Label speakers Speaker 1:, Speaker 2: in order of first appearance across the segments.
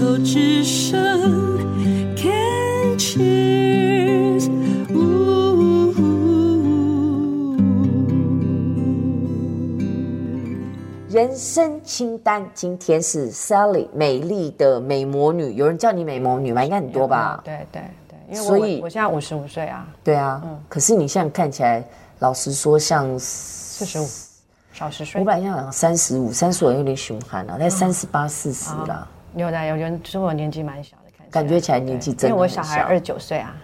Speaker 1: 后只剩 can cheers。
Speaker 2: 人生清单，今天是 Sally 美丽的美魔女，有人叫你美魔女吗？应该很多吧？
Speaker 3: 对对对，因为我
Speaker 2: 所以
Speaker 3: 我我现在五十五岁啊，
Speaker 2: 对啊，可是你现在看起来，老实说像
Speaker 3: 四十五，少十岁
Speaker 2: 我。本来想讲三十五，三十五有点熊寒了、啊，
Speaker 3: 嗯
Speaker 2: 在三十八、四十啦。
Speaker 3: 有的有人说我年纪蛮小的，看
Speaker 2: 感觉起来年纪真的
Speaker 3: 啊对因为我
Speaker 2: 很
Speaker 3: 小孩
Speaker 2: 小
Speaker 3: 二十九岁啊，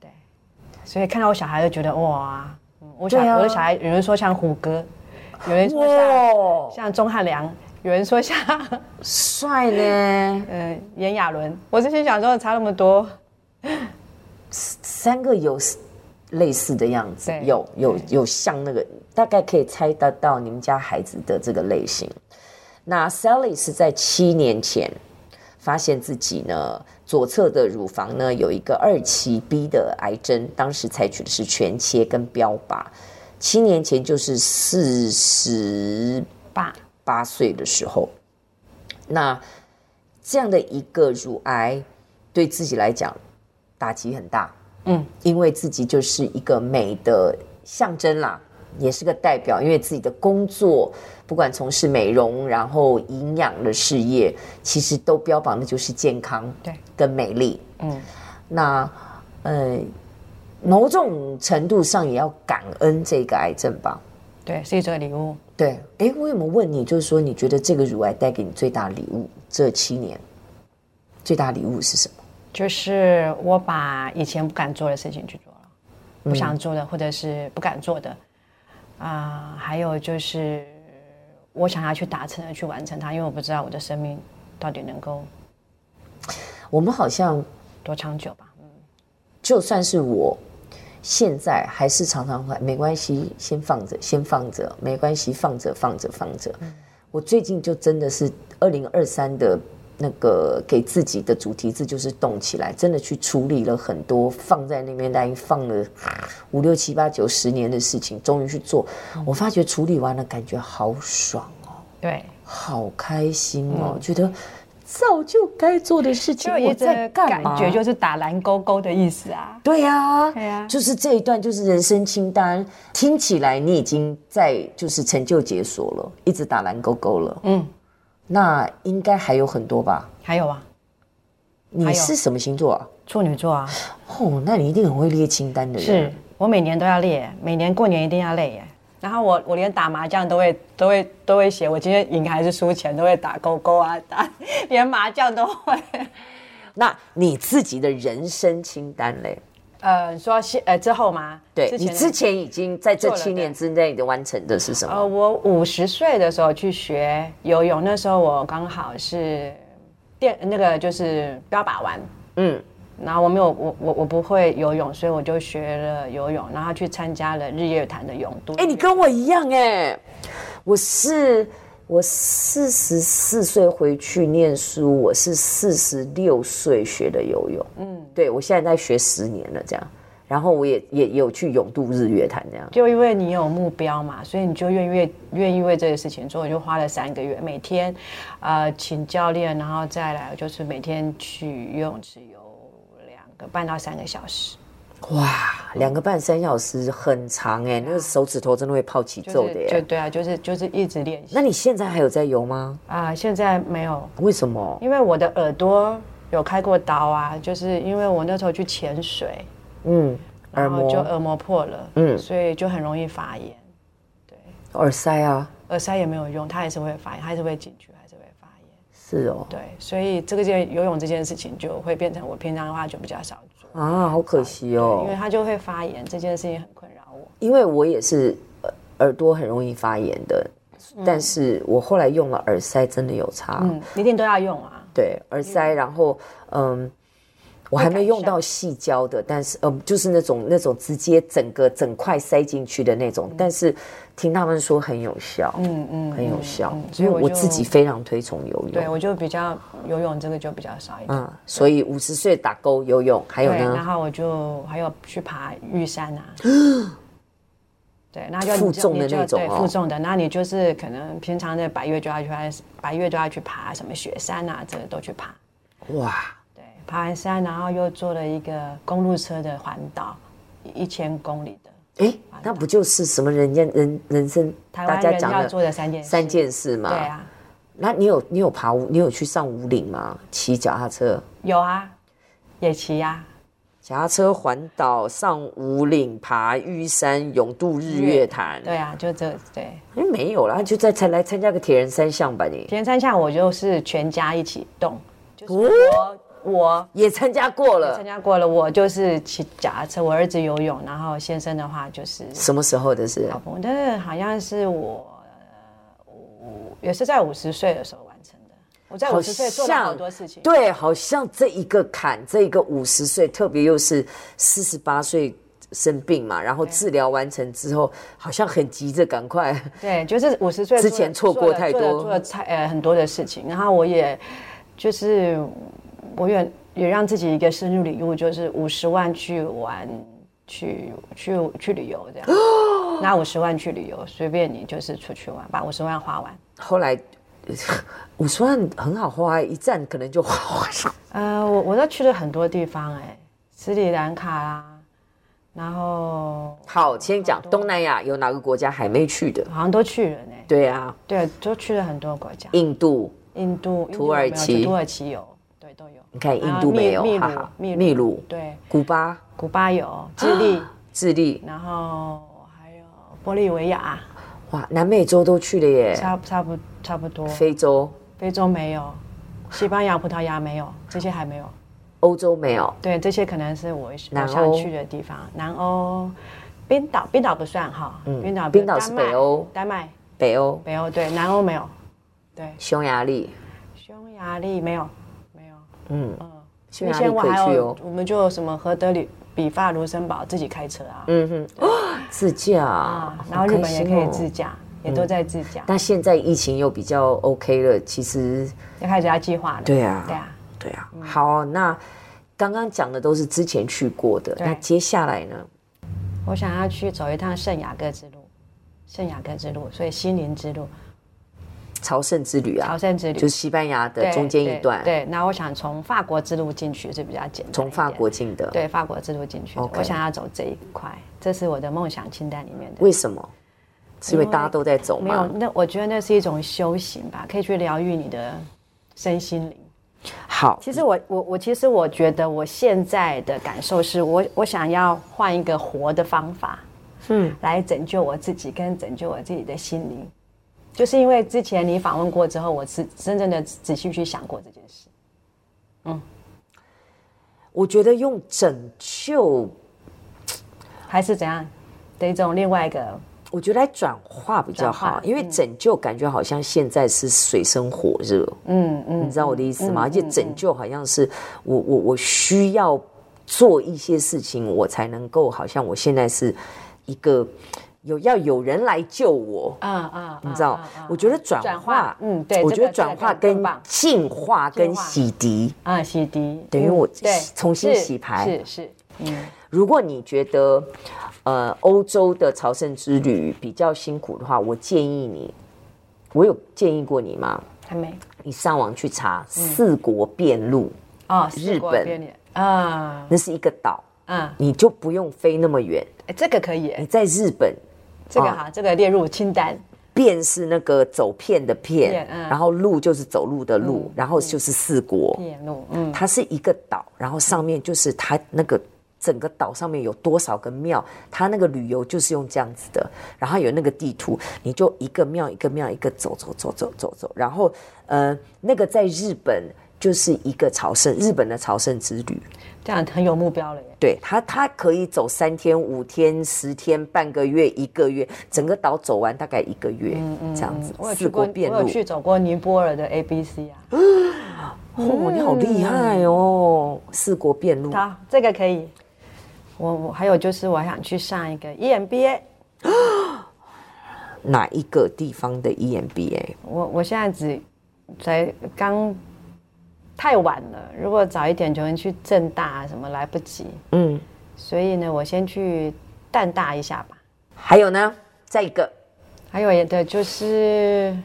Speaker 3: 对，所以看到我小孩就觉得哇，嗯我小、
Speaker 2: 对啊
Speaker 3: 我的小孩有人说像虎哥，有人说像
Speaker 2: 哇，
Speaker 3: 像钟汉良，有人说像
Speaker 2: 帅呢！
Speaker 3: 呃炎亚纶，我之前想说差那么多，
Speaker 2: 三个有类似的样子，
Speaker 3: 对
Speaker 2: 有有有像那个，大概可以猜得到你们家孩子的这个类型。那 Sally 是在七年前发现自己呢左侧的乳房呢有一个二期 B 的癌症，当时采取的是全切跟标靶。七年前就是四十
Speaker 3: 爸，
Speaker 2: 八岁的时候，那这样的一个乳癌对自己来讲打击很大，
Speaker 3: 嗯，
Speaker 2: 因为自己就是一个美的象征啦，也是个代表，因为自己的工作，不管从事美容，然后营养的事业，其实都标榜的就是健康，
Speaker 3: 对，
Speaker 2: 跟美丽，
Speaker 3: 嗯，
Speaker 2: 那呃，某种程度上也要感恩这个癌症吧，
Speaker 3: 对，是一折礼物。
Speaker 2: 对，哎，我有没有问你？就是说，你觉得这个乳癌带给你最大礼物？这七年最大礼物是什么？
Speaker 3: 就是我把以前不敢做的事情去做了，不想做的或者是不敢做的，啊、还有就是我想要去达成的去完成它，因为我不知道我的生命到底能够
Speaker 2: 我们好像
Speaker 3: 多长久吧。嗯
Speaker 2: 就算是我现在还是常常会没关系，先放着，先放着，没关系，放着，放着，放着。我最近就真的是二零二三的那个给自己的主题字就是动起来，真的去处理了很多放在那边大概放了五六七八九十年的事情，终于去做。我发觉处理完了，感觉好爽哦，
Speaker 3: 对，
Speaker 2: 好开心哦，觉得早就该做的事情
Speaker 3: 就嗯有
Speaker 2: 我
Speaker 3: 一
Speaker 2: 在
Speaker 3: 个
Speaker 2: 干
Speaker 3: 感
Speaker 2: 嘛？
Speaker 3: 觉就是打蓝勾勾的意思啊。
Speaker 2: 对啊呀、
Speaker 3: 对呀
Speaker 2: 就是这一段就是人生清单，听起来你已经在就是成就解锁了，一直打蓝勾勾了，
Speaker 3: 嗯，
Speaker 2: 那应该还有很多吧？
Speaker 3: 还有啊，
Speaker 2: 你
Speaker 3: 有
Speaker 2: 是什么星座啊？
Speaker 3: 处女座啊，
Speaker 2: 哦，那你一定很会列清单的人。
Speaker 3: 是我每年都要列，每年过年一定要列耶。然后我我连打麻将都会都会都会写，我今天赢还是输钱都会打勾勾啊，打 连麻将都会。
Speaker 2: 那你自己的人生清单嘞？
Speaker 3: 呃，你说先呃之后吗？
Speaker 2: 对
Speaker 3: 之
Speaker 2: 你
Speaker 3: 前
Speaker 2: 之前已经在这
Speaker 3: 做了
Speaker 2: 七年之内的完成的是什么？
Speaker 3: 呃，我五十岁的时候去学游泳，那时候我刚好是电那个就是标靶完，
Speaker 2: 嗯，
Speaker 3: 然后我没有我我我不会游泳，所以我就学了游泳，然后去参加了日月潭的泳渡。
Speaker 2: 哎、你跟我一样哎、我是我四十四岁回去念书，我是四十六岁学的游泳，嗯，对我现在在学十年了这样，然后我也也也有去泳渡日月潭这样，
Speaker 3: 就因为你有目标嘛，所以你就愿意愿意为这个事情做。我就花了三个月，每天，呃，请教练，然后再来就是每天去游泳池游两个半到三个小时，
Speaker 2: 哇，两个半三小时很长哎、那个手指头真的会泡起皱
Speaker 3: 就
Speaker 2: 的
Speaker 3: 是
Speaker 2: 耶。
Speaker 3: 就对啊，就是就是一直练习
Speaker 2: 那。你现在还有在游吗？
Speaker 3: 啊、现在没有，
Speaker 2: 为什么？
Speaker 3: 因为我的耳朵有开过刀啊，就是因为我那时候去潜水，
Speaker 2: 嗯，耳
Speaker 3: 然后就
Speaker 2: 膜、
Speaker 3: 耳膜破了，
Speaker 2: 嗯
Speaker 3: 嗯，所以就很容易发炎。
Speaker 2: 耳塞啊，
Speaker 3: 耳塞也没有用，它还是会发炎，还是会进去，还是会发炎。
Speaker 2: 是哦，
Speaker 3: 对，所以这个件游泳这件事情就会变成我平常的话就比较少做，
Speaker 2: 啊，好可惜哦，
Speaker 3: 因为它就会发炎，这件事情很困扰我。
Speaker 2: 因为我也是呃耳朵很容易发炎的，但是我后来用了耳塞，真的有差。
Speaker 3: 嗯，一定都要用啊。
Speaker 2: 对，耳塞，然后嗯，我还没有用到细胶的，但是嗯，就是那种那种直接整个整块塞进去的那种，但是听他们说很有效，
Speaker 3: 嗯嗯，
Speaker 2: 很有效，
Speaker 3: 嗯
Speaker 2: 所以我
Speaker 3: 就
Speaker 2: 自己非常推崇游
Speaker 3: 对
Speaker 2: 泳。
Speaker 3: 我就比较游泳这个就比较少一点。
Speaker 2: 嗯，所以五十岁打勾游泳，还有
Speaker 3: 对，然
Speaker 2: 呢，
Speaker 3: 后我就还有去爬玉山啊，对，那就
Speaker 2: 负
Speaker 3: 你就
Speaker 2: 重
Speaker 3: 你
Speaker 2: 的
Speaker 3: 就
Speaker 2: 那种
Speaker 3: 对，
Speaker 2: 哦
Speaker 3: 负重的。那你就是可能平常的白月就要去爬，白月就要去爬什么雪山啊，这个都去爬。
Speaker 2: 哇，
Speaker 3: 对，爬完山，然后又做了一个公路车的环岛，一千公里的。
Speaker 2: 哎，那不就是什么人家人人生
Speaker 3: 台
Speaker 2: 大
Speaker 3: 湾
Speaker 2: 家
Speaker 3: 人
Speaker 2: 讲
Speaker 3: 要做
Speaker 2: 的
Speaker 3: 的三件事
Speaker 2: 三件事嘛？
Speaker 3: 对。啊，
Speaker 2: 那你有你有爬五你有去上五岭吗？骑脚踏车，
Speaker 3: 有啊，也骑啊呀、
Speaker 2: 脚踏车环岛上五岭，爬玉山，永渡日月潭。
Speaker 3: 对啊，就这对。
Speaker 2: 哎，没有啦，就在才来参加个铁人三项吧你。
Speaker 3: 田山下我就是全家一起动，就是
Speaker 2: 哦
Speaker 3: 我、我
Speaker 2: 也参加过了
Speaker 3: 参，加过了，我就是骑脚踏车，我儿子游泳，然后先生的话就是
Speaker 2: 什么时候的事
Speaker 3: 跑？步，但是好像是我呃五也是在五十岁的时候完成的。我在五十岁做了好多事情，
Speaker 2: 对，好像这一个坎，这一个五十岁，特别又是四十八岁生病嘛，然后治疗完成之后，好像很急着赶快。
Speaker 3: 对，就是五十岁
Speaker 2: 之
Speaker 3: 做
Speaker 2: 前错
Speaker 3: 做
Speaker 2: 过
Speaker 3: 了
Speaker 2: 太
Speaker 3: 做了
Speaker 2: 多
Speaker 3: 做了太呃很多的事情，然后我也就是我也也让自己一个生日礼物，就是五十万去玩去去去旅游这样，拿五十万去旅游，随便你就是出去玩，把五十万花完。
Speaker 2: 后来五十万很好花，一站可能就花花上。
Speaker 3: 呃，我我都去了很多地方哎、斯里兰卡啦，然后
Speaker 2: 好，先讲东南亚有哪个国家还没去的？
Speaker 3: 好像都去了呢、欸，
Speaker 2: 对啊，
Speaker 3: 对，都去了很多国家，
Speaker 2: 印度，
Speaker 3: 印度、印度
Speaker 2: 土耳
Speaker 3: 有没有
Speaker 2: 其
Speaker 3: 土耳其有，对，都有。
Speaker 2: 你看印
Speaker 3: 啊
Speaker 2: 度
Speaker 3: 秘
Speaker 2: 没有，
Speaker 3: 秘
Speaker 2: 哈
Speaker 3: 鲁
Speaker 2: 哈，
Speaker 3: 秘
Speaker 2: 秘
Speaker 3: 鲁
Speaker 2: 鲁，
Speaker 3: 对，
Speaker 2: 古巴、
Speaker 3: 古巴有，智利，
Speaker 2: 智利，
Speaker 3: 然后还有玻利维亚，
Speaker 2: 哇，南美洲都去了耶，
Speaker 3: 差差不差不多。
Speaker 2: 非洲、
Speaker 3: 非洲没有，西班牙、葡萄牙没有，这些还没有。
Speaker 2: 欧洲没有，
Speaker 3: 对，这些可能是我我
Speaker 2: 南欧
Speaker 3: 想去的地方。南欧，冰岛，冰岛不算哈，冰岛，
Speaker 2: 嗯冰岛是北欧
Speaker 3: 丹麦，丹麦
Speaker 2: 北欧、
Speaker 3: 北欧对，南欧没有，对，
Speaker 2: 匈牙利，
Speaker 3: 匈牙利没有，没有，
Speaker 2: 嗯，
Speaker 3: 嗯。
Speaker 2: 匈牙利可以去哦，
Speaker 3: 我们就什么荷德里、比法、卢森堡自己开车啊，
Speaker 2: 嗯哼，哦自驾，
Speaker 3: 啊，然
Speaker 2: 好
Speaker 3: 后日
Speaker 2: 开
Speaker 3: 本也
Speaker 2: 心
Speaker 3: 可以
Speaker 2: 哦
Speaker 3: 自。驾，也都在自驾，
Speaker 2: 那现在疫情又比较 OK 了，其实
Speaker 3: 要开始要计划了。
Speaker 2: 对啊
Speaker 3: 对啊，
Speaker 2: 对啊，好，那刚刚讲的都是之前去过的，
Speaker 3: 对
Speaker 2: 那接下来呢？
Speaker 3: 我想要去走一趟圣雅各之路，圣雅各之路，所以心灵之路、
Speaker 2: 朝圣之旅啊
Speaker 3: 朝，圣之旅，
Speaker 2: 就是西班牙的
Speaker 3: 对
Speaker 2: 中间一
Speaker 3: 对
Speaker 2: 段，
Speaker 3: 对，那我想从法国之路进去是比较简单一点，
Speaker 2: 从法国进的，
Speaker 3: 对法国之路进去的，
Speaker 2: OK
Speaker 3: 我想要走这一块，这是我的梦想清单里面的。
Speaker 2: 为什么？是因为
Speaker 3: 因为
Speaker 2: 大家都在走
Speaker 3: 没有，
Speaker 2: 吗？
Speaker 3: 那我觉得那是一种修行吧，可以去疗愈你的身心灵。
Speaker 2: 好，
Speaker 3: 其实我我我其实我觉得我现在的感受是我我想要换一个活的方法，嗯，来拯救我自己跟拯救我自己的心灵，就是因为之前你访问过之后，我是真正的仔细去想过这件事。
Speaker 2: 我觉得用拯救，
Speaker 3: 还是怎样的一种另外一个
Speaker 2: 我觉得来转化比较
Speaker 3: 转
Speaker 2: 好
Speaker 3: 化，嗯
Speaker 2: 因为拯救感觉好像现在是水深火热，
Speaker 3: 嗯嗯
Speaker 2: 你知道我的意思吗？而且拯救好像是我我我需要做一些事情，我才能够好像我现在是一个有要有人来救我，
Speaker 3: 啊啊，
Speaker 2: 你知道？我觉得转
Speaker 3: 转
Speaker 2: 化
Speaker 3: 化，嗯对
Speaker 2: 我
Speaker 3: 这
Speaker 2: 觉得
Speaker 3: 个
Speaker 2: 转
Speaker 3: 这个
Speaker 2: 化
Speaker 3: 更
Speaker 2: 跟
Speaker 3: 更棒
Speaker 2: 净化跟
Speaker 3: 净化
Speaker 2: 洗涤。
Speaker 3: 啊洗涤，
Speaker 2: 等于我
Speaker 3: 嗯对
Speaker 2: 重新
Speaker 3: 是
Speaker 2: 洗牌
Speaker 3: 是是嗯
Speaker 2: 如果你觉得呃欧洲的朝圣之旅比较辛苦的话，我建议你，我有建议过你吗？
Speaker 3: 还没
Speaker 2: 你上网去查四国遍路，
Speaker 3: 哦
Speaker 2: 日
Speaker 3: 四国
Speaker 2: 本
Speaker 3: 边缘啊
Speaker 2: 那是一个岛，
Speaker 3: 啊
Speaker 2: 你就不用飞那么远。
Speaker 3: 哎这个可以哎
Speaker 2: 你在日本
Speaker 3: 这个
Speaker 2: 哦
Speaker 3: 哈这个列入清单。
Speaker 2: 遍是那个走遍的遍
Speaker 3: 遍，嗯
Speaker 2: 然后路就是走路的路，然后就是四国，
Speaker 3: 沿路，嗯，
Speaker 2: 它是一个岛，然后上面就是它那个整个岛上面有多少个庙，它那个旅游就是用这样子的，然后有那个地图，你就一个庙一个庙一个走走走走走走，然后呃，那个在日本就是一个朝圣，日本的朝圣之旅，
Speaker 3: 这样很有目标了耶。
Speaker 2: 对它它可以走三天、五天、十天、半个月、一个月，整个岛走完大概一个月，这样子，
Speaker 3: 嗯我有去
Speaker 2: 四国
Speaker 3: 过，
Speaker 2: 遍
Speaker 3: 我有
Speaker 2: 路，嗯
Speaker 3: 去走过尼泊尔的 A B C 啊，
Speaker 2: 哦，你好厉害哦，四国遍路，
Speaker 3: 好，这个可以。我我还有就是我还想去上一个 E EMBA，
Speaker 2: 哪一个地方的 E EMBA？
Speaker 3: 我我现在只才刚太晚了，如果早一点就能去正大啊什么来不及，
Speaker 2: 嗯，
Speaker 3: 所以呢，我先去淡大一下吧。
Speaker 2: 还有呢？再一个，
Speaker 3: 还有一的就是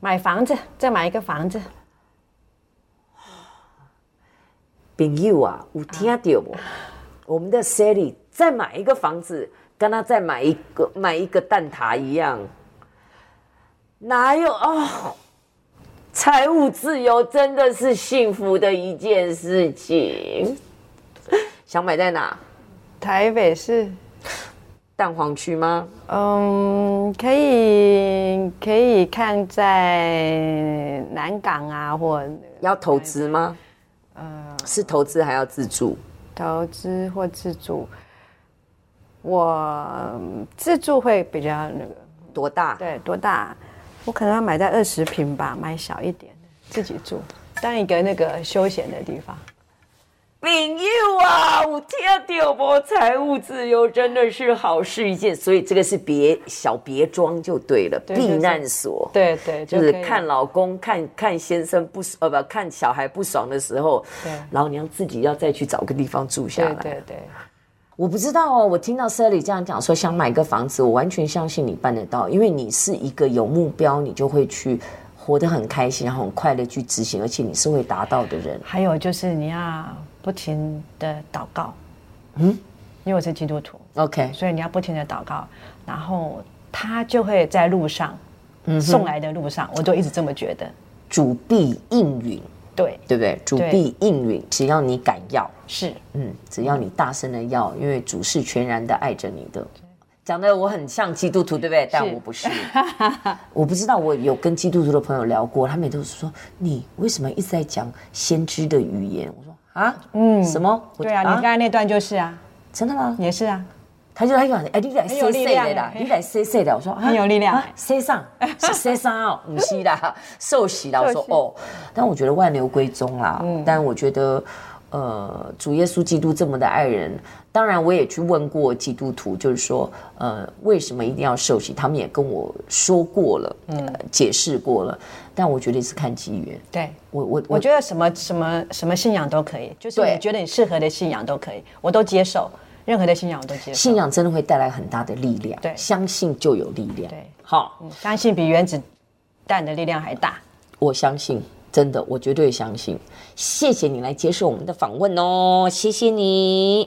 Speaker 3: 买房子，再买一个房子。
Speaker 2: 朋友啊，有听到不？我们的 Sally 再买一个房子，跟他再买一个买一个蛋挞一样，哪有哦？财务自由真的是幸福的一件事情。想买在哪？
Speaker 3: 台北市，
Speaker 2: 蛋黄区吗？
Speaker 3: 嗯，可以可以看在南港啊，或
Speaker 2: 要投资吗？是投资还要自住？
Speaker 3: 投资或自住。我嗯自住会比较那个，
Speaker 2: 多大？
Speaker 3: 对，多大？我可能要买在二十平吧，买小一点的，自己住，当一个那个休闲的地方。
Speaker 2: 朋友啊，有听到不？财务自由真的是好事一件，所以这个是别小别庄就对了，
Speaker 3: 对
Speaker 2: 避难所。
Speaker 3: 对对，
Speaker 2: 就是
Speaker 3: 可以
Speaker 2: 看老公、看看先生不呃不看小孩不爽的时候
Speaker 3: 对，
Speaker 2: 老娘自己要再去找个地方住下
Speaker 3: 对
Speaker 2: 来。
Speaker 3: 对对，
Speaker 2: 我不知道哦，我听到 Sally 这样讲说想买个房子，我完全相信你办得到，因为你是一个有目标，你就会去活得很开心，然后很快乐去执行，而且你是会达到的人。
Speaker 3: 还有就是你要不停的祷告，嗯，因为我是基督徒，
Speaker 2: OK，
Speaker 3: 所以你要不停的祷告，然后他就会在路上，送来的路上，我就一直这么觉得。
Speaker 2: 主必应允，
Speaker 3: 对，
Speaker 2: 对不对？主必应允，只要你敢要，
Speaker 3: 是
Speaker 2: 嗯，只要你大声的要，因为主是全然的爱着你的。讲的我很像基督徒，对不对？但我不是， 我不知道。我有跟基督徒的朋友聊过，他们也都是说你为什么一直在讲先知的语言？我说啊，嗯，什么？我
Speaker 3: 对啊，你刚才那段就是啊，
Speaker 2: 真的吗？
Speaker 3: 也是啊，
Speaker 2: 他就他就讲，哎，你来
Speaker 3: 很有
Speaker 2: say
Speaker 3: 力
Speaker 2: say
Speaker 3: 量
Speaker 2: 的啦，
Speaker 3: 欸
Speaker 2: 你来 say say 的。我 说啊
Speaker 3: 很有力量
Speaker 2: 啊，say 上是 say 上哦， 不是啦，受洗啦。我说
Speaker 3: 受洗嗯
Speaker 2: 哦，但我觉得万流归宗啦。但我觉得。呃，主耶稣基督这么的爱人，当然我也去问过基督徒，就是说，呃，为什么一定要受洗？他们也跟我说过了，
Speaker 3: 嗯
Speaker 2: 呃解释过了。但我觉得是看机缘。
Speaker 3: 对。
Speaker 2: 我我
Speaker 3: 我觉得什么什么什么信仰都可以，就是
Speaker 2: 对
Speaker 3: 你觉得你适合的信仰都可以，我都接受，任何的信仰我都接受。
Speaker 2: 信仰真的会带来很大的力量，
Speaker 3: 对
Speaker 2: 相信就有力量。
Speaker 3: 对
Speaker 2: 好，
Speaker 3: 嗯相信比原子弹的力量还大。
Speaker 2: 我相信，真的，我绝对相信。谢谢你来接受我们的访问哦，谢谢你。